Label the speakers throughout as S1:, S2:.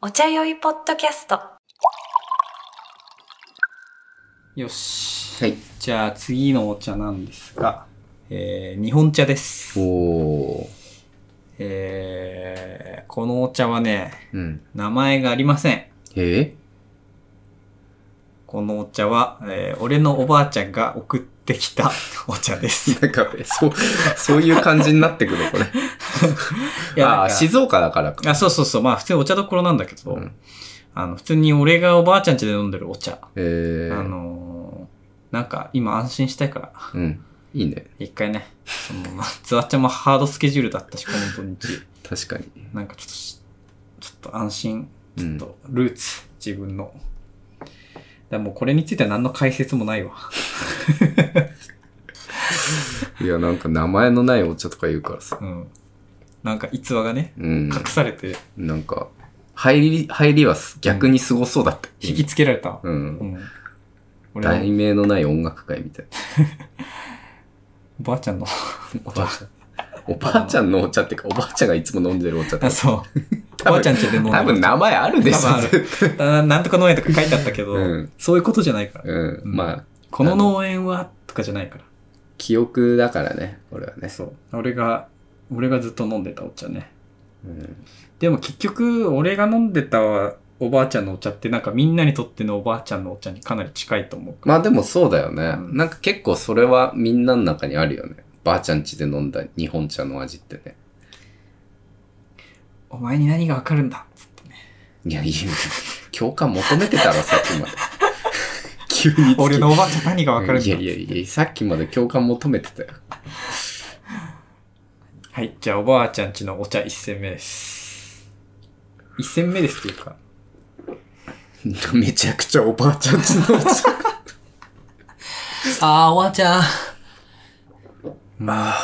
S1: お茶酔いポッドキャスト。
S2: よし。
S3: はい。
S2: じゃあ次のお茶なんですが、えー、日本茶です。
S3: おー。
S2: えー、このお茶はね、
S3: うん。
S2: 名前がありません。
S3: へえ
S2: このお茶は、えー、俺のおばあちゃんが送ってき たお茶です。
S3: なんか、そう、そういう感じになってくる、こ れ。
S2: いや
S3: あ
S2: なん
S3: あ、
S2: か
S3: 静岡だからか。
S2: あ、そうそうそう。まあ普通にお茶どころなんだけど、
S3: うん
S2: あの、普通に俺がおばあちゃん家で飲んでるお茶。
S3: えー、
S2: あのーなんか今安心したいから、
S3: うん。いいね。
S2: 一回ね、その、まあズワちゃんもハードスケジュールだったし、この土日。
S3: 確かに。
S2: なんかちょっとし、ちょっと安心、
S3: う
S2: ちょっ
S3: ん。
S2: とルーツ、自分の。だからもうこれについては何の解説もないわ。
S3: いや、なんか名前のないお茶とか言うからさ。
S2: うん。なんか逸話がね、
S3: うん。
S2: 隠されて、
S3: なんか、入り、入りはす逆にすごそうだった。
S2: 引きつけられた。
S3: う。
S2: うんん。俺
S3: 題
S2: の
S3: 名のない音楽会みたいな。
S2: おばあちゃんの
S3: お
S2: お茶
S3: ばあ。ちゃん。おばあちゃんのお茶ってか、おばあちゃんがいつも飲んでるお茶
S2: あ、
S3: だ。
S2: そう。お
S3: 多分
S2: ばあちゃんちで飲んでる
S3: 多分 名前あるでしょ
S2: 多分ある、
S3: 絶対
S2: あなんとか農園とか書いてあったけど、
S3: うん
S2: そういうことじゃないから。
S3: うん。まあ、
S2: この農園はとかじゃないから。
S3: 記憶だからね、これはね。
S2: そう。俺が、俺がずっと飲んでたお茶ね。
S3: うん。
S2: でも結局、俺が飲んでたおばあちゃんのお茶ってなんかみんなにとってのおばあちゃんのお茶にかなり近いと思うから。
S3: まあでもそうだよね。
S2: うん
S3: なんか結構それはみんなの中にあるよね。ばあちゃん家で飲んだ日本茶の味ってね。
S2: お前に何がわかるん だっつってね。
S3: いや、いいよ。共感求めてたろ、さっきまで。 急につき
S2: 俺のおばあちゃん何がわかるんだっ
S3: い
S2: つっ
S3: や
S2: て
S3: いやいや、さっきまで共感求めてたよ。
S2: はい、じゃあおばあちゃんちのお茶1戦目です。1戦目ですっていうか、
S3: めちゃくちゃおばあちゃんちのお茶。
S2: あー、おばあちゃん。まあ、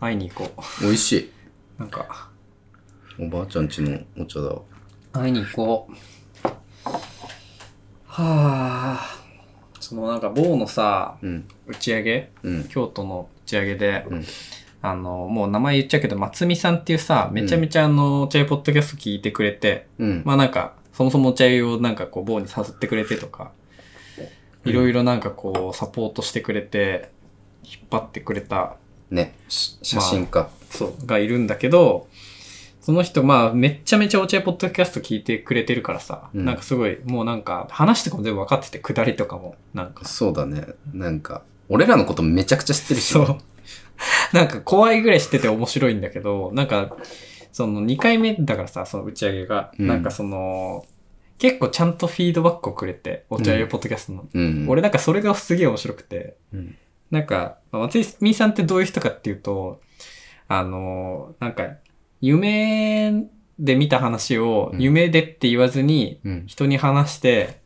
S2: 会いに行こ
S3: 美味しい。
S2: う。なんか、
S3: おばあちゃんちのお茶だわ。
S2: 会いに行こう。はあ、そのなんか、某のさ、
S3: うん。
S2: 打ち上げ、
S3: うん。
S2: 京都の打ち上げで、
S3: うん
S2: あの、もう名前言っちゃうけど、松見さんっていうさ、めちゃめちゃあの、お茶屋ポッドキャスト聞いてくれて、
S3: うん。
S2: まあなんか、そもそもお茶湯をなんかこう、棒に誘ってくれてとか、いろいろなんかこう、サポートしてくれて、引っ張ってくれた、
S3: ね。し写真家。
S2: そう、がいるんだけど、その人、まあ、めっちゃめちゃお茶屋ポッドキャスト聞いてくれてるからさ、
S3: うん
S2: なんかすごい、もうなんか、話とかも全部分かってて、くだりとかも、なんか、
S3: そうだね。なんか、俺らのことめちゃくちゃ知ってるし。
S2: そう。なんか怖いぐらい知ってて面白いんだけど、なんか、その2回目だからさ、その打ち上げが、
S3: うん
S2: なんかその、結構ちゃんとフィードバックをくれて、お茶屋ポッドキャストの。
S3: うん。
S2: 俺なんかそれがすげえ面白くて、
S3: うん
S2: なんか、まあ松井みさんってどういう人かっていうと、あの、なんか、夢で見た話を
S3: うん
S2: 夢でって言わずに
S3: うん。
S2: 人に話して、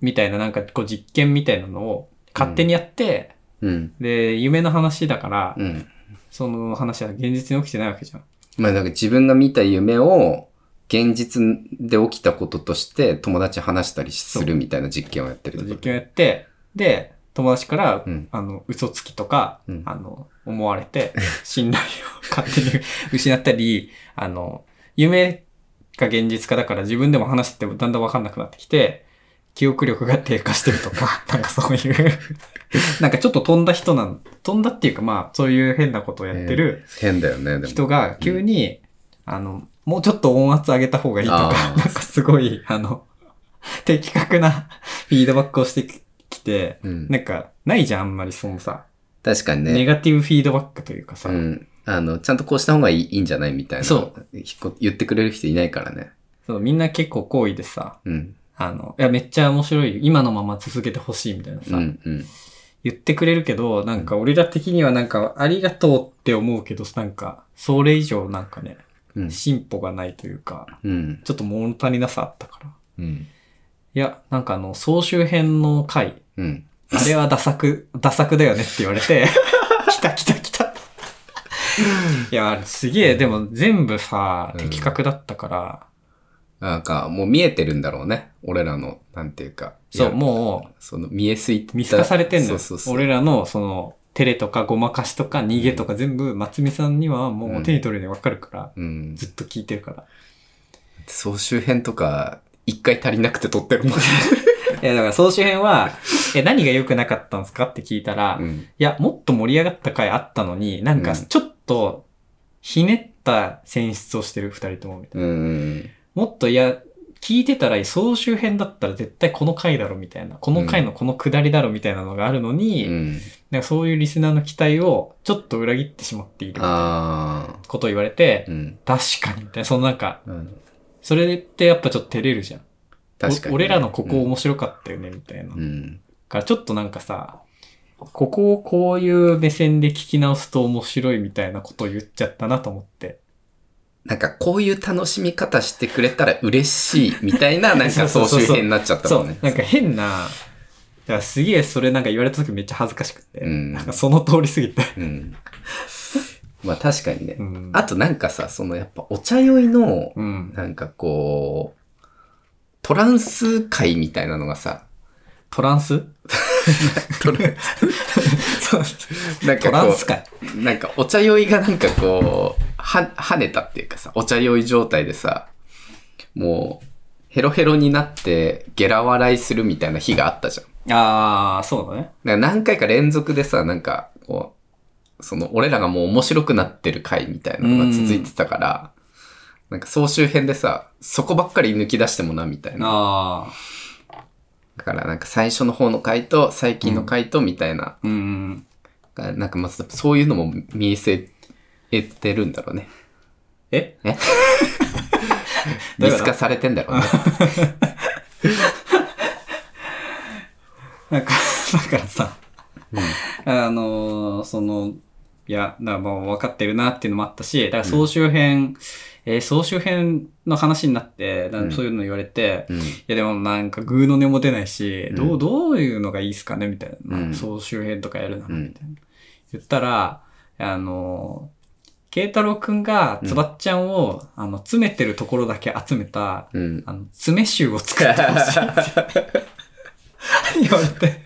S2: みたいななんかこう実験みたいなのを勝手にやって、
S3: うん。
S2: で、夢の話だから、
S3: うん。
S2: その話は現実に起きてないわけじゃん。
S3: まあなんか自分が見た夢を現実で起きたこととして友達に話したりするみたいな実験をやってるってこと
S2: 実験をやって、で、友達から、
S3: うん
S2: あの、嘘つきとか、
S3: うん
S2: あの、思われて、 信頼を勝手に 失ったり、あの、夢か現実かだから自分でも話しててもだんだんわかんなくなってきて、記憶力が低下してるとか、 なんかそういう、なんかちょっと飛んだ人なん、飛んだっていうかまあ、そういう変なことをやってる、
S3: 変だよね、でも。
S2: 人が急に、あの、もうちょっと音圧上げた方がいいとか
S3: あ、ー
S2: なんかすごい、あの、 的確な フィードバックをしてきて、
S3: うん、
S2: なんか、ないじゃん、あんまりそのさ、
S3: 確かに
S2: ネ
S3: ね。
S2: ガティブフィードバックというか
S3: う
S2: さ、
S3: ん。あの、ちゃんとこうした方がいいいいんじゃないみたいな。
S2: そ
S3: ひこ言ってくれる人いないからね。
S2: そうみんな結構好意でさ、
S3: うん。
S2: あの、いや、めっちゃ面白いよ、今のまま続けてほしいみたいな
S3: う
S2: さ、
S3: ん。うん。
S2: 言ってくれるけど、なんか俺ら的にはなんか、ありがとうって思うけど、なんか、それ以上なんかね、
S3: うん。
S2: 進歩がないというか、
S3: うん。
S2: ちょっと物足りなさあったから。
S3: うん。
S2: いや、なんかあの、総集編の回、
S3: うん。
S2: あれはダサく、 ダサくだよねって言われ て、来た来た来た。いや、すげえ、でも全部さ、
S3: うん
S2: 的確だったから、
S3: なんか、もう見えてるんだろうね。俺らの、なんていうか。
S2: そう、
S3: う。
S2: も
S3: その、見えすいた
S2: う、見透かされてんのよ。
S3: そうそうそう。
S2: 俺らの、その、照れとかごまかしとか逃げとか全部、松見さんにはもう手に取るようにわかるから、
S3: うん。
S2: ずっと聞いてるから。
S3: 総集編とか、一回足りなくて撮っ てるもん。
S2: いや、だから総集編 は、え、何が良くなかったんですかって聞いたら、い
S3: うん
S2: や、もっと盛り上がった回あったのに、なんか
S3: うん
S2: ちょっと、ひねった選出をしてる二人とも、みたいな。
S3: うん。
S2: もっと、いや、聞いてたら総集編だったら絶対この回だろ、みたいな。この回のこの下りだろ、みたいなのがあるのに、
S3: うん。
S2: なんかそういうリスナーの期待をちょっと裏切ってしまっているみたいな
S3: あ
S2: ことを言われて
S3: あ。、うん。
S2: 確かに、みたいな。そのなんか、
S3: うん
S2: それってやっぱちょっと照れるじゃん。
S3: 確かにね。
S2: お俺らのここ面白かったよね、みたいな。
S3: うん。
S2: からちょっとなんかさ、ここをこういう目線で聞き直すと面白いみたいなことを言っちゃったなと思って。
S3: なんかこういう楽しみ方してくれたら嬉しいみたいな、なんか
S2: そうそ
S3: 総
S2: うそうそう
S3: 集編になっちゃった
S2: そ
S3: も
S2: う、
S3: ん ね。
S2: なんか変な、だからすげえそれなんか言われた時めっちゃ恥ずかしくて、
S3: うん
S2: なんかその通りすぎて。
S3: うん。まあ確かにね
S2: う。ん
S3: あとなんかさ、そのやっぱお茶酔いの、
S2: うん。
S3: なんかこう、トランス界みたいなのがさ、
S2: トランス
S3: トランスなん
S2: ト
S3: か
S2: ラ
S3: こ
S2: ンスかい。
S3: う、なんかお茶酔いがなんかこう、は、跳ねたっていうかさ、お茶酔い状態でさ、もう、ヘロヘロになって、ゲラ笑いするみたいな日があったじゃん。
S2: あー、そうだね。
S3: なんか何回か連続でさ、なんか、こう、その、俺らがもう面白くなってる回みたいなのが続いてたから、なんか総集編でさ、そこばっかり抜き出してもな、みたいな。
S2: あ
S3: だからなんか最初の方の回と最近の回とみたいな。
S2: ー。うん。
S3: なんかまずそういうのも見せてるんだろうね。
S2: え
S3: え
S2: どう
S3: 見
S2: いうこと
S3: 透かされてんだろうね。
S2: なんか、 だからさ、あのーその、いや、だからもう分かってるなっていうのもあったし、だから総集編、えー総集編の話になって、だからそういうの言われて、
S3: うん
S2: いやでもなんかグーの音も出ないし、
S3: うん
S2: どう、どういうのがいいっすかねみたいな、
S3: うん
S2: 総集編とかやるなら、
S3: うん
S2: みたいな。言ったら、あのー、慶太郎くんがつばっちゃんを、あの、詰めてるところだけ集めた、
S3: うん。
S2: あの、詰め集を作ってほ しいって言われて。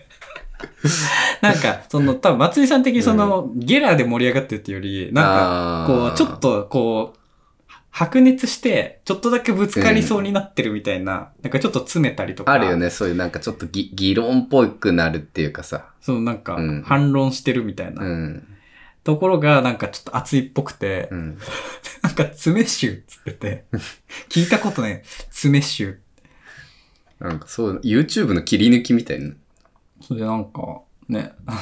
S2: なんか、その、多分松井さん的にその、ゲラで盛り上がってるっていうより、なんか、
S3: あ
S2: こ
S3: ー
S2: う、ちょっと、こう、白熱して、ちょっとだけぶつかりそうになってるみたいな、なんかちょっと詰めたりとか。
S3: あるよ。ね、そういうなんかちょっとぎ議論っぽくなるっていうかさ。
S2: そのなんか
S3: うん、
S2: 反論してるみたいうな。
S3: ん。
S2: ところが、なんかちょっと熱いっぽくて、
S3: うん。
S2: なんか、詰め集っつってて、聞いたことない、詰め集
S3: なんかそう、YouTube の切り抜きみたいな。
S2: それでなんか、ね、あの、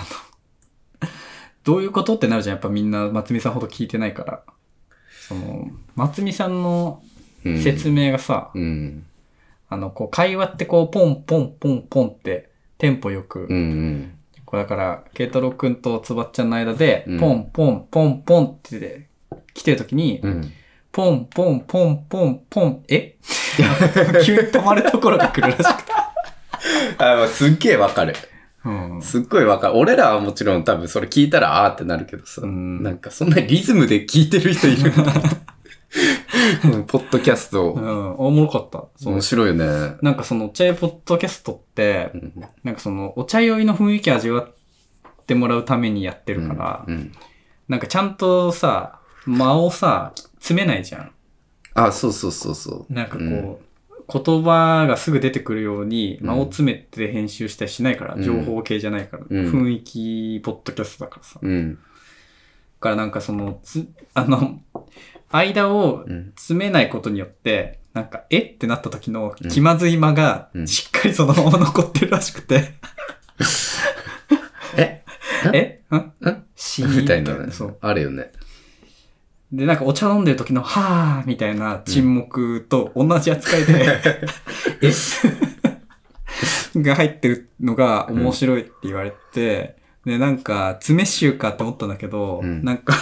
S2: どういうことってなるじゃん。やっぱみんな松見さんほど聞いてないから。その、松見さんの
S3: うん、
S2: 説明がさ、
S3: うん。
S2: あの、こう会話ってこう、ポンポンポンポンって、テンポよく、
S3: うんうん。
S2: こうだから、慶太郎くんとつばっちゃんの間で、
S3: うん
S2: ポンポンポンポンって来てるときに、
S3: うん。
S2: ポンポンポンポンポン、え 急に止まるところが来るらし くて。
S3: あすっげえわかる。
S2: うん。
S3: すっごいわかる。俺らはもちろん多分それ聞いたらあーってなるけどさ。
S2: うん
S3: なんかそんなリズムで聞いてる人い るんだ。うんポッドキャス
S2: う
S3: ト。
S2: ん。おもろかった。その
S3: 面白いよね。う
S2: なんかそのお茶屋ポッドキャストって、
S3: ん
S2: なんかそのお茶酔いの雰囲気味わってもらうためにやってるから、
S3: うん。
S2: なんかちゃんとさ、間をさ、詰めないじゃん。
S3: あ、そうそうそうそう。
S2: なんかこう、
S3: うん
S2: 言葉がすぐ出てくるように
S3: うん
S2: 間を詰めて編集したりしないから、
S3: うん
S2: 情報系じゃないから、
S3: うん
S2: 雰囲気ポッドキャストだからさ。だ
S3: うん。
S2: からなんかその、つ、あの、間を
S3: うん。
S2: 詰めないことによって、なんか、えってなった時の気まずい間が
S3: う、ん
S2: しっかりそのまま残ってるらしくて。
S3: え
S2: えん
S3: ん
S2: しー
S3: みたいなね
S2: そう。。
S3: あるよね。
S2: で、なんかお茶飲んでる時の、はーみたいな沈黙と同じ扱いで、え が入ってるのが面白いって言われて、で、なんか、詰め集かって思ったんだけど、
S3: うん
S2: なんか、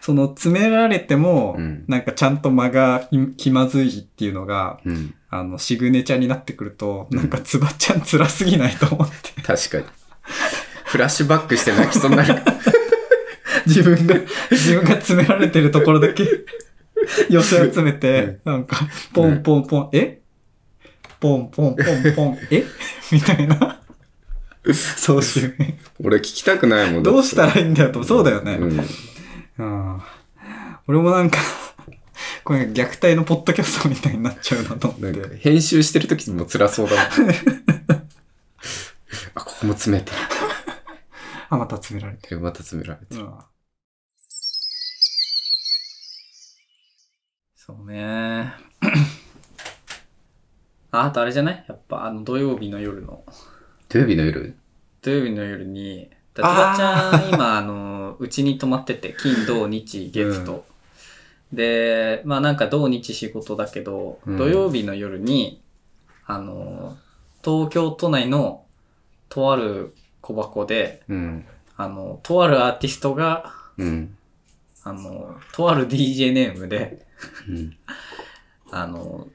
S2: その詰められても、
S3: うん
S2: なんかちゃんと間が気気まずいっていうのが、
S3: うん。
S2: あの、シグネチャーになってくると、なんかつばちゃん辛すぎないと思って。
S3: 確かに。フラッシュバックして泣きそうになる。 自分が。
S2: 自分が詰められてるところだ け寄せ集めて、なんか、ポンポンポン、えポンポンポンポン、え みたいな。総集 編。
S3: 俺聞きたくないもん
S2: どうしたらいいんだよと。そうだよね。
S3: うん。
S2: うん。俺もなんか、これ虐待のポッドキャストみたいになっちゃうなと思
S3: な
S2: っ
S3: ん
S2: て
S3: か。編集してる時にも辛そうだ もん。あ、ここも詰めて
S2: あ、また詰められて
S3: る。また詰められて
S2: る。
S3: る。
S2: うんそうね あ、あとあれじゃないやっぱあの土曜日の夜の。
S3: 土曜日の夜
S2: 土曜日の夜に、だつばち
S3: あ
S2: ゃん、今、あの、うちに泊まって て、金、土、日、月と。で、まあなんか土日仕事だけど、
S3: うん
S2: 土曜日の夜に、あの、東京都内のとある小箱で、
S3: うん。
S2: あの、とあるアーティストが、
S3: うん。
S2: あの、とある DJ ネームで、
S3: うん。
S2: あの、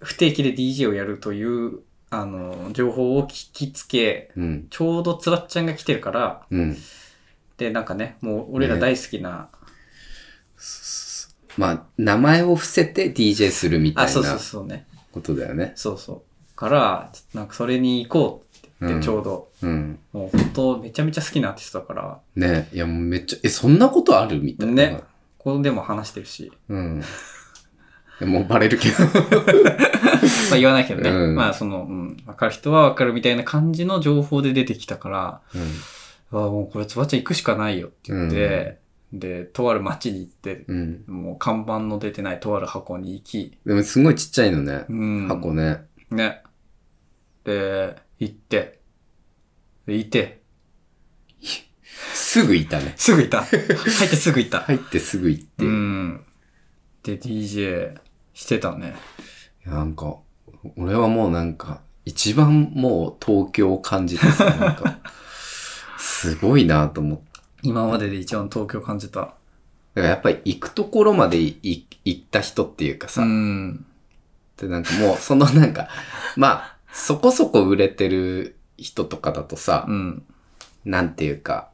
S2: 不定期で DJ をやるという、あの、情報を聞きつけ、
S3: うん。
S2: ちょうどつばっちゃんが来てるから、
S3: うん。
S2: で、なんかね、もう俺ら大好きな、
S3: まあ、名前を伏せて DJ するみた
S2: あ、
S3: い
S2: そうそ
S3: な
S2: うそうね。
S3: ことだよね。
S2: そうそう。から、なんかそれに行こうって言って、
S3: うん
S2: ちょうど、
S3: うん。
S2: もう本当めちゃめちゃ好きなアーティストだから、
S3: ねいや、もうめっちゃ、え、そんなことあるみたいな。
S2: ね。ここでも話してるし、
S3: うん。もうバレるけど。
S2: まあ言わないけどね、
S3: うん
S2: まあその、うん、わかる人はわかるみたいな感じの情報で出てきたから、あもうこれつばちゃん行くしかないよって言って、で、とある町に行って、
S3: うん。うん。
S2: もう看板の出てないとある箱に行き、
S3: でもすごいちっちゃいのね
S2: う。ん。
S3: 箱ね。
S2: ね。で、行って、で、いて、
S3: すぐいたね。
S2: すぐいた。入ってすぐいた。
S3: 入ってすぐ行って。
S2: うん。で、DJ してたね。
S3: いやなんか、俺はもうなんか、一番もう東京を感じ てさ、なんか、すごいなと思って。
S2: 今までで一番東京感じた。
S3: だからやっぱり行くところまでいい行った人っていうかさ、
S2: うん。
S3: でなんかもうそのなんか、まあ、そこそこ売れてる人とかだとさ、
S2: うん。
S3: なんていうか、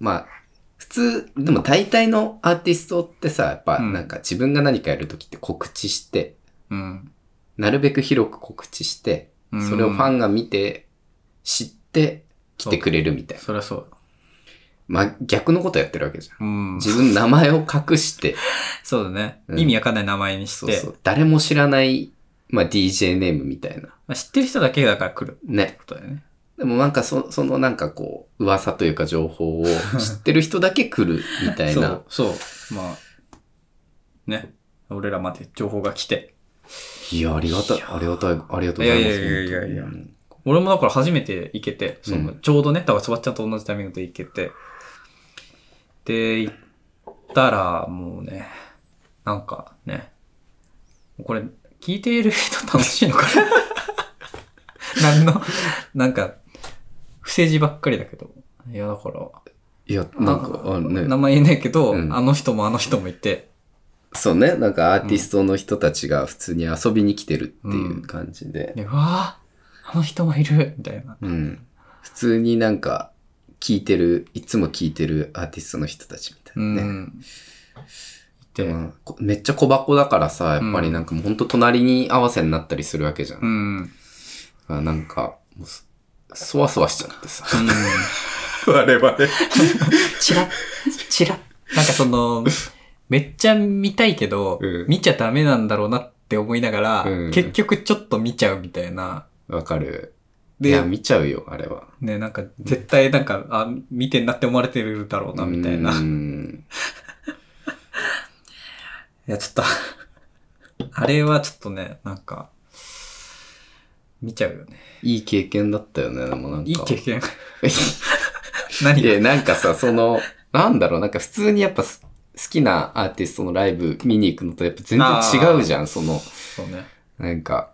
S3: まあ、普通、でも大体のアーティストってさ、やっぱ
S2: うん
S3: なんか自分が何かやるときって告知して、
S2: うん。
S3: なるべく広く告知して、
S2: うん
S3: それをファンが見て、知って、来てくれるみたいな。
S2: そりゃそう
S3: まあ、逆のことやってるわけじゃん。
S2: だ。うん。
S3: 自分の名前を隠 して、
S2: そうだね。
S3: うん
S2: 意味わかんない名前にし
S3: そう
S2: て。
S3: そう、誰も知らない、まあ、DJ ネームみたい
S2: ま
S3: な。
S2: あ知ってる人だけだから来るって
S3: ね。
S2: ことだよね。
S3: でもなんかそ、そのなんかこう、噂というか情報を知ってる人だけ来るみた い
S2: そ
S3: な
S2: う。。そう。まあ。ね。俺らまで情報が来て。
S3: いや、ありがたい、ありがたい、ありがとうございます。
S2: いやいやいやいやいや
S3: 本当にうん
S2: 俺もだから初めて行けて、そうのちょうどね、だからつばっちゃんと同じタイミングで行けて、で、行ったら、もうね、なんかね、これ、聞いている人楽しいのかな 何の、なんか、不正字ばっかりだけど。いや、だから、
S3: いや、なんか、あのね
S2: 名、前言えないけど、
S3: うん
S2: あの人もあの人もいて、
S3: そうね、なんかアーティストの人たちが普通に遊びに来てるっていう感じで。
S2: でうわぁ、あの人もいるみたいな。
S3: うん。普通になんか、聞いてる、いつも聞いてるアーティストの人たちみた
S2: う
S3: いなね。
S2: ん。いて、
S3: でもこめっちゃ小箱だからさ、やっぱりなんかもうほんと隣に合わせになったりするわけじゃん。
S2: うん。
S3: あなんか、もうそ、そわそわしちゃっ てさ。
S2: うん
S3: 我々。
S2: チラッ、チラッ。なんかその、めっちゃ見たいけど、
S3: うん
S2: 見ちゃダメなんだろうなって思いながら、
S3: うん
S2: 結局ちょっと見ちゃうみたいな。
S3: わかる。いや、
S2: で、
S3: 見ちゃうよ、あれは。
S2: ね、なんか絶対なんか、あ、見てんなって思われてるだろうな、みたいな。
S3: う
S2: い
S3: ん
S2: や、ちょっと、 あれはちょっとね、なんか、見ちゃうよね。
S3: いい経験だったよね、でもなんか。
S2: いい経験。
S3: 験。
S2: 何
S3: いや、
S2: が
S3: なんかさ、その、なんだろう、なんか普通にやっぱす好きなアーティストのライブ見に行くのとやっぱ全然違うじゃん、その。
S2: そうね。
S3: なんか、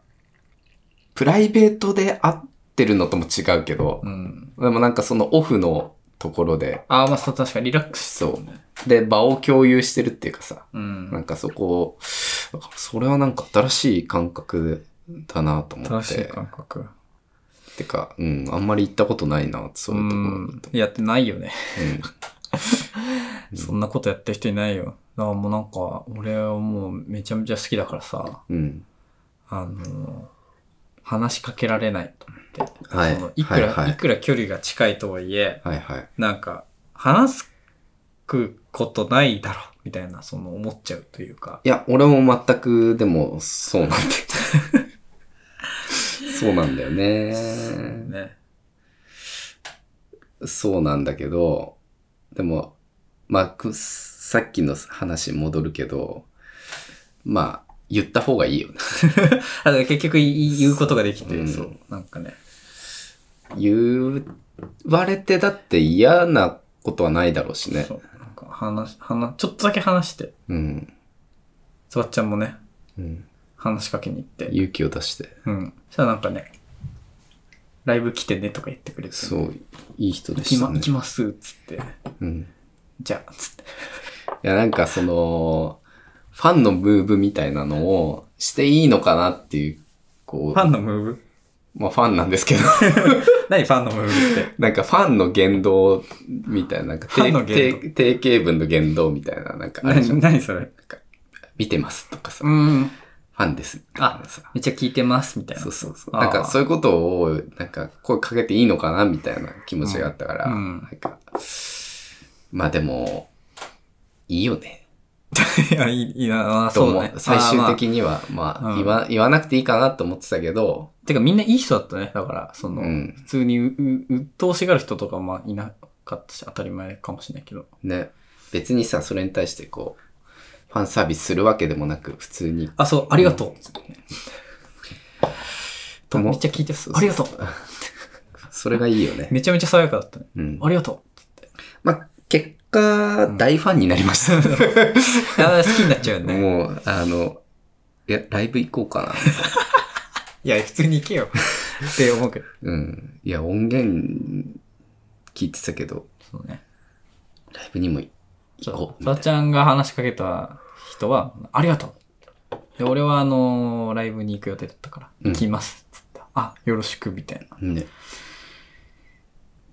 S3: プライベートで会ってるのとも違うけど
S2: う、ん。
S3: でもなんかそのオフのところで、
S2: ああ、まあそう、確かにリラックスして
S3: そ
S2: るね。
S3: う。で、場を共有してるっていうかさ、
S2: う
S3: なん
S2: ん。
S3: かそこを、だからそれはなんか新しい感覚だなと思って。
S2: 正しい感覚。
S3: てか、うん、あんまり行ったことないな、そういうところだと。
S2: うんやってないよね。
S3: うん
S2: そんなことやってる人いないよ。だからもうなんか、俺はもうめちゃめちゃ好きだからさ、
S3: うん。
S2: あの、話しかけられないと思って。
S3: はい
S2: そのいくら、
S3: はい
S2: い
S3: はい
S2: くら距離が近いとはいえ、
S3: はいはい。
S2: なんか、話すことないだろ、みたいな、その思っちゃうというか。
S3: いや、俺も全く、でも、そうなんだよ。 そうなんだよね。
S2: ね。
S3: そうなんだけど、でも、まあ、くさっきの話に戻るけど、まあ、言った方がいいよな。
S2: あ、だから結局い言うことができて、
S3: うん
S2: そう、なんかね。
S3: 言われてだって嫌なことはないだろうしね。
S2: そう。なんか話、話、ちょっとだけ話して、
S3: うん。
S2: つばっちゃんもね、
S3: うん
S2: 話しかけに行って。
S3: 勇気を出して。
S2: うん。そしたらなんかね、ライブ来てねとか言ってくれて。
S3: そう、いい人
S2: 行
S3: で
S2: き
S3: した
S2: ま、
S3: ね
S2: 行。きますっつって。
S3: うん。
S2: じゃあ、つって。
S3: いや、なんかその、ファンのムーブみたいなのをしていいのかなっていう、
S2: フ
S3: こ
S2: ァ
S3: う、
S2: ンのムーブ
S3: まあファンなんですけど、
S2: 何ファンのムーブって。
S3: なんかファンの言動みたいな、なんか
S2: ファンの言動
S3: 定定定型文の言動みたいな、なんかあれじゃ
S2: 何、
S3: ん、
S2: 何それ
S3: 見てますとかさ、
S2: ん。
S3: ファンですみたい
S2: あ
S3: なさ、、
S2: めっちゃ聞いてますみたいな。
S3: そうそうそう。
S2: あー
S3: なんかそういうことを、なんか声かけていいのかなみたいな気持ちがあったから、
S2: うんうん
S3: なんか、まあでも、いいよね。
S2: いや、いい、いいなあ、
S3: と
S2: そう
S3: 思う、
S2: ね。
S3: 最終
S2: あーま
S3: 的には、まあ、
S2: うん
S3: 言わ言わなくていいかなと思ってたけど、
S2: あてかみんないい人だったね。だから、その、
S3: うん
S2: 普通にう、う、鬱陶しがる人とかまあいなかったし、当たり前かもしれないけど。
S3: ね、別にさ、それに対してこう、ファンサービスするわけでもなく、普通に。
S2: あ、そう、ありがとう。
S3: とも
S2: めっちゃ聞いて
S3: そうそう
S2: ありがとう。
S3: それがいいよね。
S2: めちゃめちゃ爽やかだったね。
S3: うん。
S2: ありがと
S3: まあ、結果、大ファンになりまし
S2: う。あー好きになっちゃうよ
S3: た。
S2: ね。
S3: もう、あの、いや、ライブ行こうか
S2: いや、普通に行けよ。って思うけど。
S3: な。うん。いや、音源聞いてたけど、
S2: そうね。
S3: ライブにも行
S2: そ
S3: こ
S2: う。
S3: う。
S2: ばあちゃんが話しかけた人は、ありがとう。で、俺はあのーライブに行く予定だったから、
S3: うん
S2: 行きます。つって、あ、よろしく、みたい
S3: ね。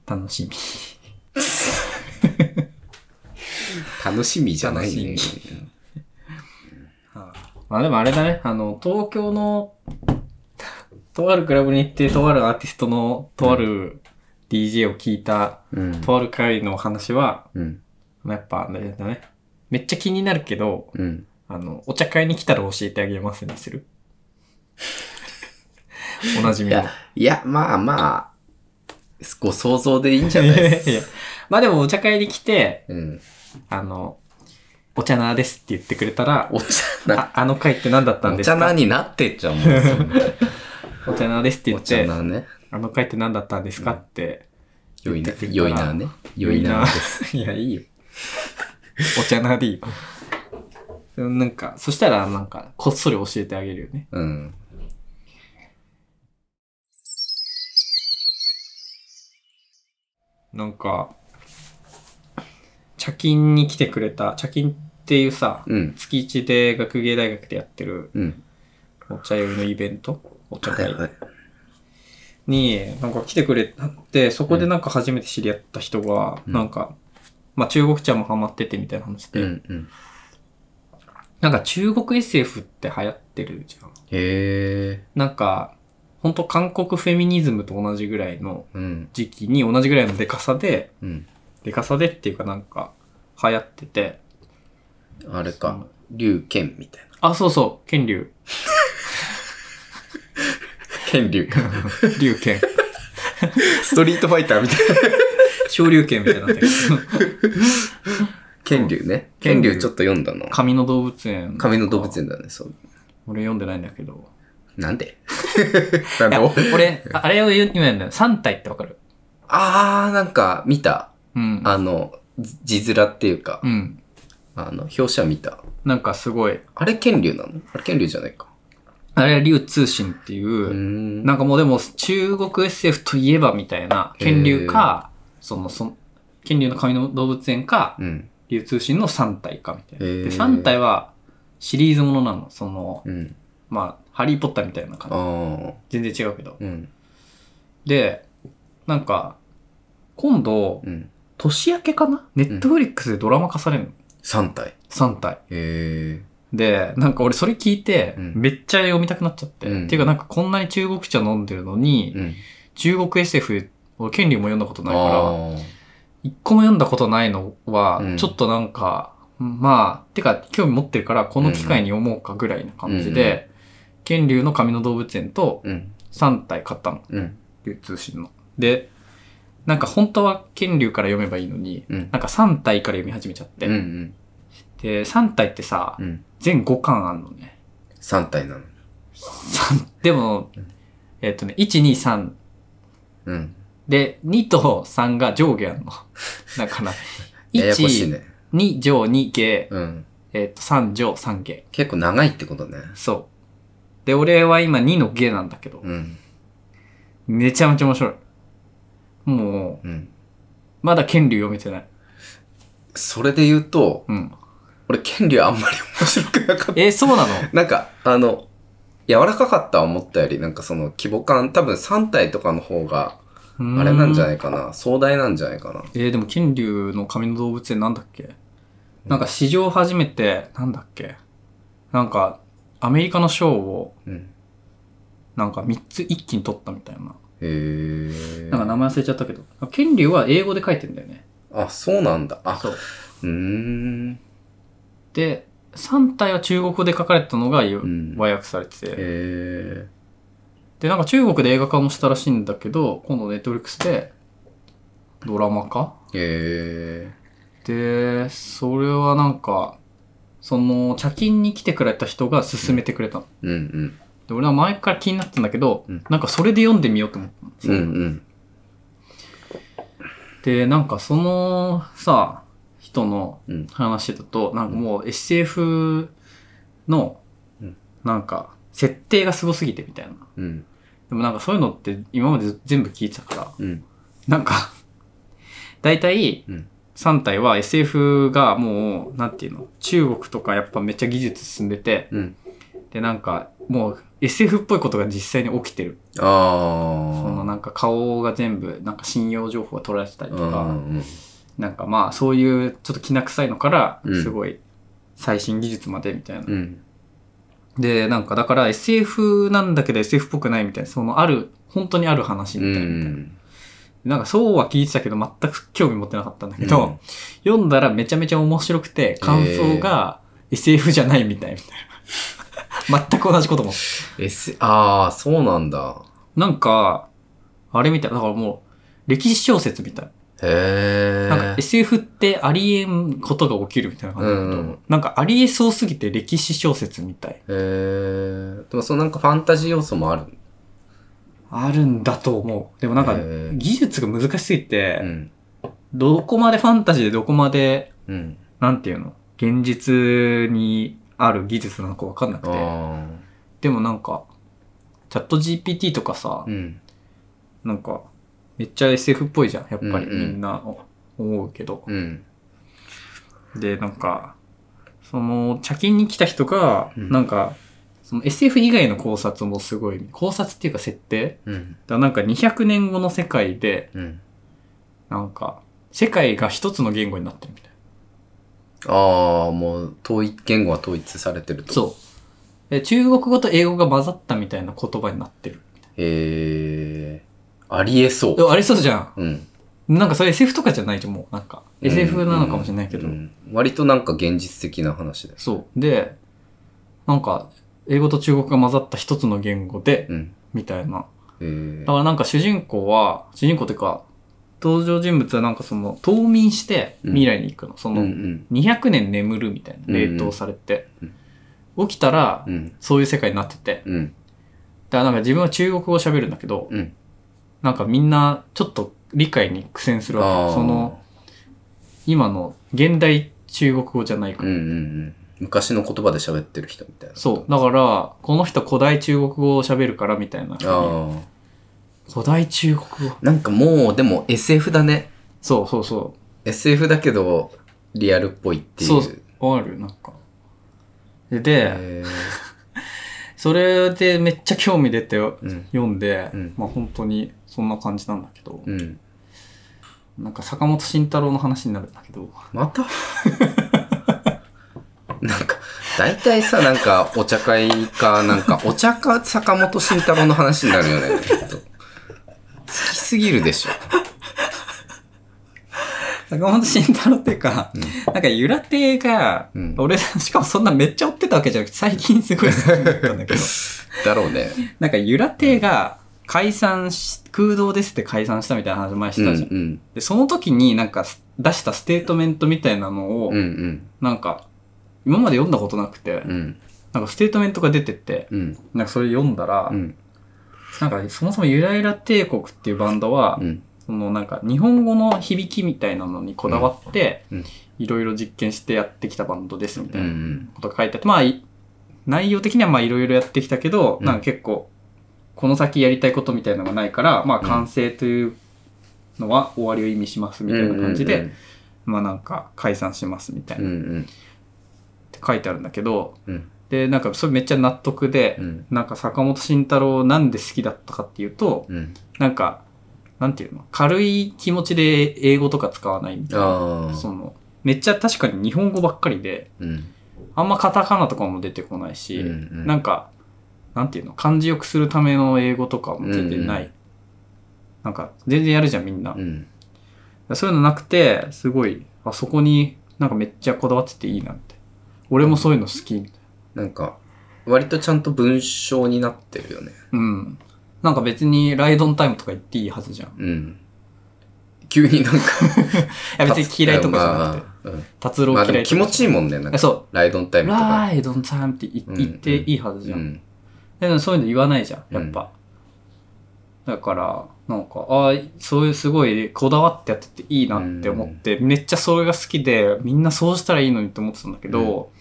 S2: な。楽しみ。
S3: 楽しみじゃないね
S2: 楽。まあでもあれだね、あの、東京の、とあるクラブに行って、とあるアーティストの、とある DJ を聞いた、
S3: うん。
S2: とある回のお話は、
S3: うん。
S2: まあやっぱあれだね。めっちゃ気になるけど、
S3: うん。
S2: あの、お茶会に来たら教えてあげますにす る。おなじみ
S3: い
S2: の。
S3: や、いや、まあまあ、ご想像でいいんじゃ
S2: い
S3: ないで
S2: やいや
S3: すか。
S2: まあでもお茶会に来て、
S3: うん。
S2: あの、お茶なーですって言ってくれたら、
S3: お茶な、
S2: ああの会って何だったん
S3: お
S2: ですか
S3: 茶なになってっちゃうもんですよね。
S2: お茶なーですって言
S3: お
S2: っ
S3: 茶
S2: て、
S3: なね。
S2: あの会って何だったんですかって、
S3: よいな
S2: 言ってく、れたら
S3: よいなね。よいなです。
S2: いや、いいよ。お茶なでいいよ。でもなんか、そしたらなんか、こっそり教えてあげるよね。
S3: うん。
S2: なんか、茶金に来てくれた、茶金っていうさ、
S3: うん。
S2: 月一で学芸大学でやってる
S3: うん。
S2: お茶酔いのイベントお茶
S3: はい
S2: 会
S3: はい。
S2: に、なんか来てくれたって、そこでなんか初めて知り合った人が、
S3: うん
S2: なんか、まあ中国茶もハマっててみたいな話
S3: う
S2: で、
S3: んうん。
S2: なんか中国 SF って流行ってるじゃん。
S3: へえ。
S2: なんか、本当韓国フェミニズムと同じぐらいの
S3: うん。
S2: 時期に同じぐらいのデカさで、
S3: うん。
S2: デカさでっていうかなんか流行ってて、
S3: あれか。竜剣みたいな。
S2: あ、そうそう、剣竜。
S3: 剣竜か。
S2: 竜剣。
S3: ストリートファイターみたいな。
S2: 小竜剣みたいになってる。
S3: 剣竜ね。
S2: 剣
S3: 剣
S2: 竜
S3: 竜ちょっと読んだの。
S2: 神の動物園。
S3: 紙の動物。園だね、そう。
S2: 俺読んでないんだけど。
S3: なんで なん
S2: い
S3: で
S2: や、俺、ああれを言う今やんだよ。3体ってわかる
S3: あー、なんか、見た。
S2: うん。
S3: あの、じ字面っていうか、
S2: うん。
S3: あの、表紙は見た。
S2: なんかすごい。
S3: あれ、剣竜なのあれ、剣竜じゃないか。
S2: あれは竜通信っていう
S3: ー
S2: う、
S3: ん
S2: なんかもうでも中国 SF といえばみたいな、
S3: へー
S2: 剣竜か、その、その、剣竜の神の動物園か、
S3: うん。
S2: 流通信の3体かみたいな。
S3: へー
S2: で、3体はシリーズものなの。その、
S3: うん。
S2: まあ、ハリーポッターみたいな
S3: あ
S2: 感
S3: あ。
S2: じ。全然違うけど。
S3: うん。
S2: で、なんか、今度、
S3: うん。
S2: 年明けかなネットフリックスでドラマ化されるの。
S3: 3体。
S2: 3体。
S3: へえ。
S2: で、なんか俺それ聞いて、
S3: うん
S2: めっちゃ読みたくなっちゃって。
S3: うん
S2: っていうかなんかこんなに中国茶飲んでるのに、
S3: うん。
S2: 中国 SF、俺権利も読んだことないから、
S3: あ
S2: 一個も読んだことないのは
S3: う、ん
S2: ちょっとなんか、まあ、てか、興味持ってるから、この機会に読もうかぐらいな感じで、剣竜の神の動物園と
S3: うん。
S2: 3体買ったの。
S3: うん。
S2: 流通信の。で、なんか本当は剣竜から読めばいいのに、
S3: うん。
S2: なんか3体から読み始めちゃって。
S3: うん。うん。
S2: で、3体ってさ、
S3: うん。
S2: 全5巻あんのね。
S3: 3体なの。
S2: 三でも
S3: うん、
S2: えっ、とね、1、2、3。
S3: うん。
S2: で、2と3が上下あんの。 だから、
S3: ややこしい
S2: 1、
S3: ね。
S2: 2上2下、
S3: うん。
S2: えっ、と、3上3下。
S3: 結構長いってことね。
S2: そう。で、俺は今2の下なんだけど、
S3: うん。
S2: めちゃめちゃ面白い。もう、
S3: うん。
S2: まだ剣竜読めてない。
S3: それで言うと、
S2: うん。
S3: 俺、権利はあんまり面白くなかった。
S2: えーそうなの
S3: なんか、あの、柔らかかった思ったより、なんかその規模感、多分3体とかの方が、あれなんじゃないいかな。壮大なんじゃないかな。
S2: えーでも剣竜の紙の動物園なんだっけなんか史上初めて、なんだっけなんか、アメリカの賞を、
S3: うん。
S2: なんか3つ一気に取ったみたいな。
S3: へえ。
S2: なんか名前忘れちゃったけど。剣竜は英語で書いてんだよね。
S3: あ、そうなんだ。あ、
S2: そう。
S3: うーん。
S2: で、3体は中国語で書かれてたのがよ
S3: ん
S2: 和訳されてて。
S3: へえ。
S2: で、なんか中国で映画化もしたらしいんだけど、今度ネットフリックスでドラマ化
S3: へえ。
S2: で、それはなんか、その、茶金に来てくれた人が勧めてくれたの。
S3: うんうん。
S2: で、俺は前から気になってたんだけど、
S3: うん
S2: なんかそれで読んでみようと思ったの
S3: うんうん。
S2: で、なんかそのさ、人の
S3: うん
S2: 話だと、なんかもう SF の
S3: うん、
S2: なんか、設定がすごすぎてみたいな。
S3: うん。
S2: でもなんかそういうのって今まで全部聞いてたから、
S3: うん。
S2: なんか、大体
S3: うん、
S2: 3体は SF がもう、なんていうの、中国とかやっぱめっちゃ技術進んでて、
S3: うん。
S2: で、なんか、もう SF っぽいことが実際に起きてる。その
S3: あ
S2: なんか顔が全部、なんか信用情報が取られてたり
S3: あ。う
S2: と
S3: んう
S2: か、
S3: ん
S2: なんかまあそういうちょっときな臭いのから
S3: う、ん
S2: すごい最新技術までみたいな。
S3: うん。
S2: で、なんかだから SF なんだけど SF っぽくないみたいな、そのある、本当にある話
S3: う
S2: みたいな。
S3: ん。
S2: なんかそうは聞いてたけど全く興味持ってなかったんだけど、読んだらめちゃめちゃ面白くて感想が SF じゃないみたいみたいな。全く同じことも。
S3: S、ああ、そうなんだ。
S2: なんか、あれみたいな、だからもう歴史小説みたい。
S3: へえ。
S2: なんか SF ってありえんことが起きるみたいな感じだけど、
S3: うんうん
S2: なんかありえそうすぎて歴史小説みたい。
S3: へえ。でもそのなんかファンタジー要素もある。
S2: あるんだと思う。でもなんか
S3: へー
S2: 技術が難しすぎて、
S3: うん。
S2: どこまでファンタジーでどこまで
S3: うん。
S2: なんていうの現実にある技術なのかわかんなく
S3: あ
S2: て。
S3: あ。
S2: でもなんか、チャット GPT とかさ、
S3: うん。
S2: なんか、めっちゃ SF っぽいじゃん。やっぱり
S3: うんうん
S2: みんなお思うけど。
S3: うん。
S2: で、なんか、その、茶金に来た人が、
S3: うん
S2: なんか、その SF 以外の考察もすごい、考察っていうか設定
S3: う
S2: だ
S3: ん。
S2: からなんか200年後の世界で、
S3: うん。
S2: なんか、世界が一つの言語になってるみたいな。
S3: ああ、もう、統一、言語は統一されてると。う。
S2: そう。で中国語と英語が混ざったみたいな言葉になってる。
S3: へえ。ありえそ
S2: で
S3: う。
S2: もありそうじゃん。
S3: うん。
S2: なんかそれ SF とかじゃないと思う。なんか、SF なのかもしれないけど。
S3: うん割となんか現実的な話です。
S2: そう。で、なんか、英語と中国が混ざった一つの言語で、
S3: うん。
S2: みたいな。
S3: へえ
S2: だか。らなんか主人公は、主人公というか、登場人物はなんかその、冬眠して
S3: うん
S2: 未来に行くの。そ
S3: うんう
S2: の、
S3: ん。
S2: 200年眠るみたいな。
S3: うんう
S2: 冷
S3: ん
S2: 凍されて。起きたら
S3: う、ん。
S2: そういう世界になってて。
S3: うん。
S2: だからなんか自分は中国語を喋るんだけど、
S3: うん。
S2: なんかみんなちょっと理解に苦戦するわ
S3: あ
S2: け。
S3: あ。
S2: その、、今の現代中国語じゃないか
S3: うん
S2: ら。
S3: うんうん。昔の言葉で喋ってる人みたいな。
S2: そう。だから、この人古代中国語を喋るからみたいな。
S3: ああ。
S2: 古代中国語。
S3: なんかもう、でも SF だね。
S2: そうそうそ
S3: SF だけど、リアルっぽいって
S2: う。
S3: いう。
S2: そうそう。あるなんか。で、で
S3: へえ
S2: それでめっちゃ興味出て
S3: うん。
S2: 読んで、
S3: うん
S2: まあ本当にそんな感じなんだけど、
S3: うん。
S2: なんか坂本慎太郎の話になるんだけど、
S3: またなんか、大体さ、なんか、お茶会か、なんか、お茶か坂本慎太郎の話になるよね。ちょっと好きすぎるでしょ。
S2: 坂本慎太郎っていうか、
S3: うん
S2: なんかゆら亭が、
S3: うん
S2: 俺、しかもそんなめっちゃ追ってたわけじゃなくて、最近すごい好きだったんだけ ど、
S3: だろうね。
S2: なんかゆら亭が解散し、空洞ですって解散したみたいな話前し
S3: うんう
S2: たじゃん。
S3: ん。
S2: で、その時になんか出したステートメントみたいなのを、
S3: うんうん。
S2: なんか、今まで読んだことなくて、
S3: うん
S2: なんかステートメントが出てて、
S3: うん。
S2: なんかそれ読んだら、
S3: うん
S2: なんかそもそもゆらゆら帝国っていうバンドは、
S3: うん。
S2: そのなんか日本語の響きみたいなのにこだわって
S3: うんうん、
S2: いろいろ実験してやってきたバンドですみた
S3: う
S2: いなんことが書いてあって、まあ、い内容的にはまあいろいろやってきたけど、
S3: うん
S2: なんか結構、この先やりたいことみたいなのがないから、まあ
S3: うん
S2: 完成というのは終わりを意味しますみたいな感じで、。まあなんか解散しますみたい
S3: うん
S2: な
S3: う
S2: っ
S3: ん
S2: て書いてあるんだけど、
S3: うん
S2: で、なんかそれめっちゃ納得で
S3: う、ん
S2: なんか坂本慎太郎なんで好きだったかっていうと、
S3: うん。
S2: なんか、なんていうの軽い気持ちで英語とか使わないみたいな。
S3: ああ。
S2: その、めっちゃ確かに日本語ばっかりで、
S3: うん。
S2: あんまカタカナとかも出てこないし、
S3: うん
S2: なんか、なんていうの漢字よくするための英語とかも出てない。
S3: うんう
S2: なんか、全然やるじゃん、みんな。
S3: うん。
S2: そういうのなくて、すごい、あそこになんかめっちゃこだわってていいなって。俺もそういうの好き。
S3: なんか、割とちゃんと文章になってるよね。
S2: うん。なんか別にライドンタイムとか言っていいはずじゃん。い
S3: うん。急になんか。
S2: や別に嫌いとかじゃなくて。
S3: まあまあ
S2: 達
S3: うん
S2: 郎
S3: まあ
S2: 嫌いとか
S3: でも気持ちいい
S2: も
S3: もんね。なんか
S2: そ
S3: ライドンタ
S2: う。
S3: イムとか。
S2: ライドンタイムってい
S3: うん
S2: 言っていいはずじゃ。
S3: うんん。
S2: でもそういうの言わないじゃん、やっぱ。だから、なんか、ああ、そういうすごいこだわってやってていいなって思って、めっちゃそれが好きで、みんなそうしたらいいのにって思ってたんだけど、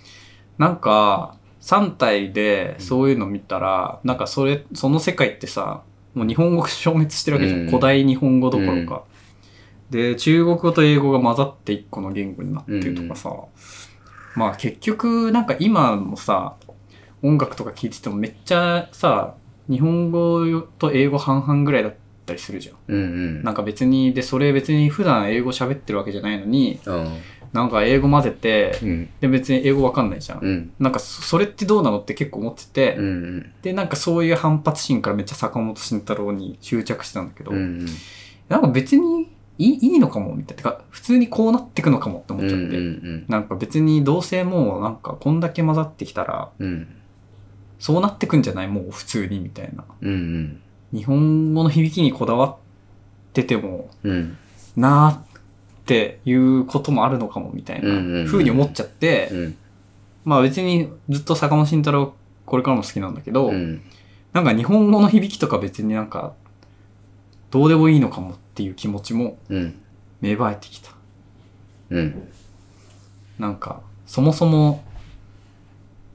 S2: なんか、3体でそういうの見たら、なんかそれ、その世界ってさ、もう日本語消滅してるわけじゃん。
S3: うん
S2: 古代日本語どころか。で、中国語と英語が混ざって一個の言語になってるとかさ、まあ結局、なんか今もさ、音楽とか聴いててもめっちゃさ日本語と英語半々ぐらいだったりするじゃん。
S3: うんうん。
S2: なんか別にでそれ別に普段英語喋ってるわけじゃないのに
S3: うん
S2: なんか英語混ぜて
S3: うん。
S2: で別に英語わかんないじゃん。
S3: うん。
S2: なんかそそれってどうなのって結構思ってて、
S3: うんうん。
S2: でなんかそういう反発心からめっちゃ坂本慎太郎に執着してたんだけど、
S3: うん
S2: なんか別にいいいいのかもみたいなてか普通にこうなってくのかもって
S3: うん。
S2: 思
S3: う
S2: っち
S3: ん
S2: ゃって、
S3: うん
S2: なんか別にどうせもうなんかこんだけ混ざってきたら
S3: うん。うん
S2: そうなってくんじゃないもう普通にみたいな。
S3: うん
S2: 日本語の響きにこだわってても
S3: うん。うん
S2: なあっていうこともあるのかもみたい
S3: うんうんう
S2: なん風に思っちゃって、
S3: うん
S2: まあ別にずっと坂本慎太郎これからも好きなんだけど、
S3: うん。
S2: なんか日本語の響きとか別になんかどうでもいいのかもっていう気持ちも
S3: うん。
S2: 芽生えてきた。
S3: うん。
S2: なんかそもそも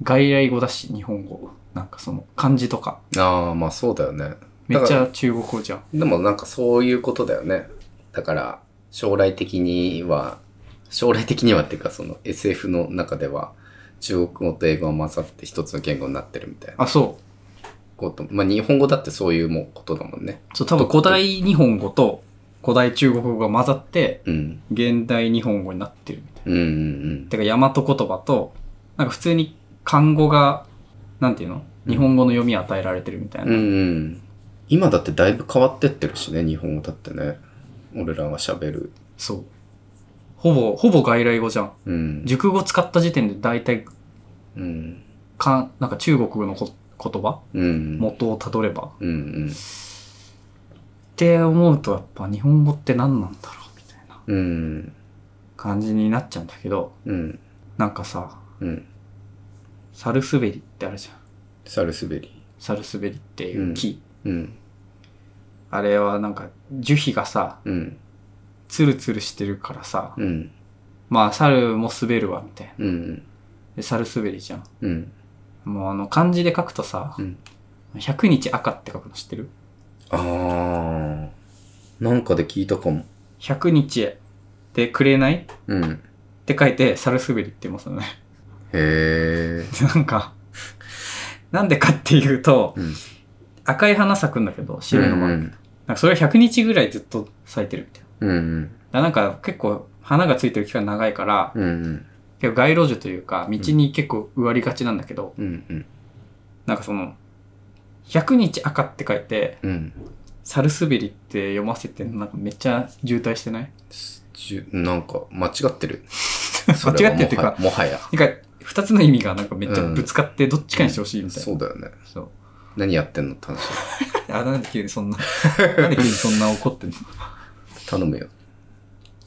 S2: 外来語だし日本語。なんかその漢字とか
S3: ああ、まあそうだよね。
S2: めっちゃ中国語じゃん。
S3: でもなんかそういうことだよね。だから、将来的には、将来的にはっていうかその SF の中では、中国語と英語が混ざって一つの言語になってるみたいな
S2: あ、そ
S3: こと。まあ日本語だってそういうもんことだもんね。
S2: う。そう、多分古代日本語と古代中国語が混ざって、
S3: うん。
S2: 現代日本語になってるみたい
S3: うんうん
S2: な。てか、大和言葉と、なんか普通に漢語が、なんていうの
S3: うん
S2: 日本語の読み与えられてるみたい
S3: うん。うん
S2: な。
S3: うん。今だってだいぶ変わってってるしね、日本語だってね。俺らが喋る。
S2: そう。ほぼ、ほぼ外来語じゃん。
S3: うん。
S2: 熟語使った時点で大体、
S3: うん。
S2: かなんか中国語のこ言葉
S3: うん。
S2: 元をたどれば。っ
S3: うん
S2: て思うと、やっぱ日本語って何なんだろうみたいな
S3: うん。うん。
S2: 感じになっちゃうんだけど、
S3: うん。
S2: なんかさ、
S3: うん。
S2: サルスベリってあるじゃん。
S3: サルスベリ
S2: サルスベリっていう木。
S3: ー。うん。
S2: あれはなんか、樹皮がさ、
S3: うん。
S2: ツルツルしてるからさ、
S3: うん。
S2: まあ、猿も滑るわ、みたいな。
S3: うん。
S2: で、猿滑りじゃん。
S3: うん。
S2: もうあの、漢字で書くとさ、
S3: うん
S2: 100日赤って書くの知ってる
S3: あー。なんかで聞いたかも。
S2: ?100 日でくれないっ
S3: うん。
S2: て書いて、猿滑りって言いますよね。
S3: へー。
S2: でなんか、なんでかっていうと、
S3: うん
S2: 赤い花咲くんだけど、白いのもある、
S3: うん
S2: なんかそれが100日ぐらいずっと咲いてるみたいな。
S3: うん。
S2: だからなんか結構、花がついてる期間長いから、
S3: うんうん。
S2: 結構街路樹というか、道に結構植わりがちなんだけど、
S3: うんうん。
S2: なんかその、100日赤って書いて、
S3: うん。
S2: サルスベリって読ませてなんかめっちゃ渋滞してない
S3: すじゅなんか、間違ってる。それ
S2: 間違
S3: は
S2: ってるっていうか、
S3: もはや。もは
S2: なんか、二つの意味がなんかめっちゃぶつかって、どっちかにしてほしい
S3: や
S2: みたいな。
S3: そうだよね。
S2: そう。
S3: 何やってんのって話。
S2: あ、なんで急にそんな、なんで急にそんな怒ってんの
S3: 頼むよ。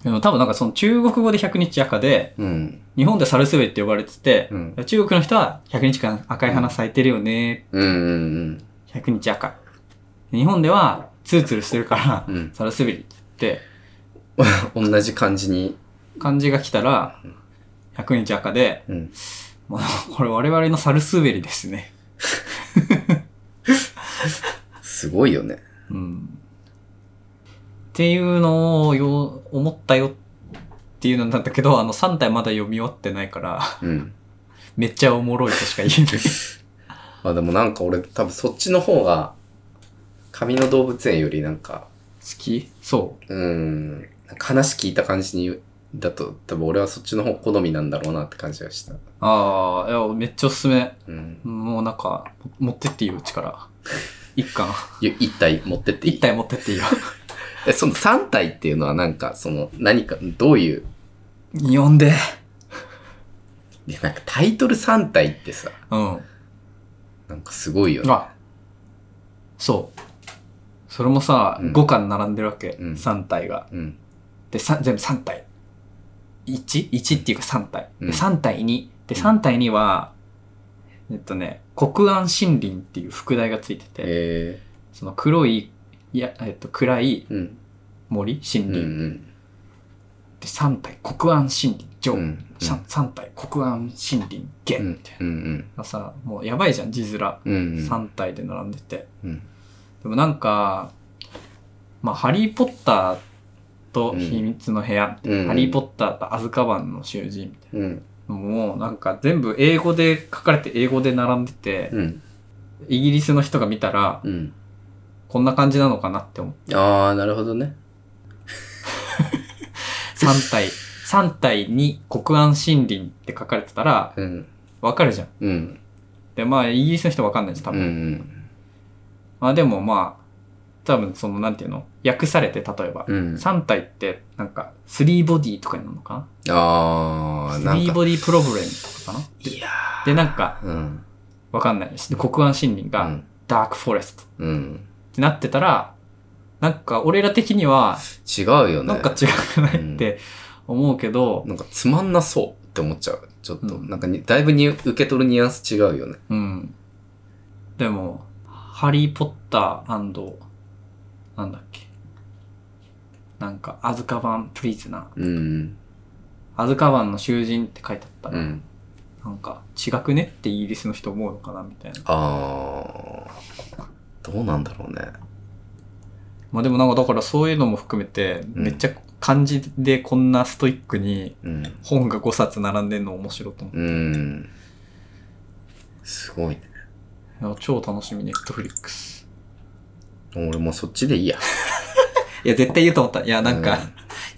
S2: でも多分なんかその中国語で百日赤で、
S3: うん。
S2: 日本でサルスベって呼ばれてて、
S3: うん
S2: 中国の人は100日間赤い花咲いてるよね、
S3: うんうん
S2: 100日赤。日本ではツルツルしてるから、
S3: うん。うん
S2: サルスベリって、
S3: 同じ感じに。
S2: 漢字が来たら、100日赤で、
S3: うん。
S2: まあ、これ我々のサルスベリですね。
S3: すごいよね。
S2: うん。っていうのをよ、思ったよっていうのなんだけど、あの3体まだ読み終わってないから、
S3: うん。
S2: めっちゃおもろいとしか言え ない。
S3: あ、でもなんか俺多分そっちの方が、紙の動物園よりなんか、
S2: 好きそう。
S3: うん、なんか話聞いた感じに、だと多分俺はそっちの方好みなんだろうなって感じがした。
S2: ああ、いや、めっちゃおすすめ。
S3: うん。
S2: もうなんか、持ってっていいよ、うち から。一巻。
S3: い一体持ってっていい
S2: 一体持ってっていいよ。
S3: え、その三体っていうのはなんか、その何か、どういう、
S2: 読んで。
S3: いやなんかタイトル三体ってさ、
S2: うん。
S3: なんかすごいよね。
S2: あ、そう。それもさ、
S3: うん
S2: 5巻並んでるわけ。
S3: うん
S2: 3体が。
S3: うん。
S2: で、さ全部3体。1?1 っていうか3体。
S3: うん
S2: で、3体2。で、3体2は、えっとね、黒暗森林っていう副題がついてて、
S3: え
S2: その黒い、いや、えっと、暗い
S3: ー、うん。
S2: 森森
S3: うん
S2: 林。
S3: うん。
S2: で、3体黒暗森林。上。
S3: うん
S2: さ3体黒暗森林。下。
S3: う
S2: み
S3: ん
S2: たいな。
S3: うん
S2: さもうやばいじゃん字面
S3: うん。うんうん。
S2: 3体で並んでて、
S3: うん。
S2: でもなんか「まあ、ハリー・ポッターと
S3: うん
S2: 秘密の部屋」
S3: うん
S2: ハリー・ポッターとアズカバンの囚人」みたい
S3: うん。
S2: なもうなんか全部英語で書かれて英語で並んでて、
S3: うん。
S2: イギリスの人が見たら
S3: うん。
S2: こんな感じなのかなって思って
S3: ああ、なるほどね。
S2: 3体3体に「黒暗森林」って書かれてたら
S3: うん。
S2: わかるじゃん
S3: うん。
S2: でまあイギリスの人わかんないじゃん多
S3: うん
S2: 分、
S3: うん。
S2: まあでもまあ多分そのなんていうの訳されて例えば、
S3: うん。
S2: 3体ってなんか3ボディとかになるのか
S3: あ
S2: な
S3: あ、なん
S2: ?3
S3: か。
S2: ボディプロブレムとかかない
S3: や
S2: でなんか
S3: ーうん。
S2: わかんないですで黒暗森林
S3: う
S2: が
S3: ん
S2: ダークフォレストっ
S3: うん。
S2: てなってたらなんか俺ら的には
S3: 違うよね。
S2: なんか違くないって思うけど、
S3: なんかつまんなそうって思っちゃう。ちょっと、
S2: うん
S3: なんかに、だいぶに受け取るニュアンス違うよね。
S2: うんでも「ハリー・ポッターなんだっけなんか「アズカバン・プリズナー」
S3: うん。
S2: 「アズカバンの囚人」って書いてあった
S3: う
S2: ら、
S3: ん。
S2: なんか違くねってイギリスの人思うのかなみたいな
S3: あー。どうなんだろうね。
S2: まあでもなんかだからそういうのも含めて、
S3: うん
S2: めっちゃ漢字でこんなストイックに
S3: うん。
S2: 本が5冊並んでんの面白いと思
S3: うん。すごいね。
S2: う。いや超楽しみ、ネットフリックス。
S3: 俺もうそっちでいいや。
S2: いや、絶対言うと思った。いや、なんか、
S3: うん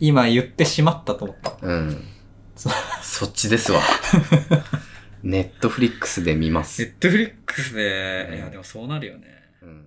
S2: 今言ってしまったと思った。
S3: うん。
S2: そ
S3: そっちですわ。ネットフリックスで見ます。
S2: トフリックスで
S3: いやで
S2: もそうなるよね。
S3: うん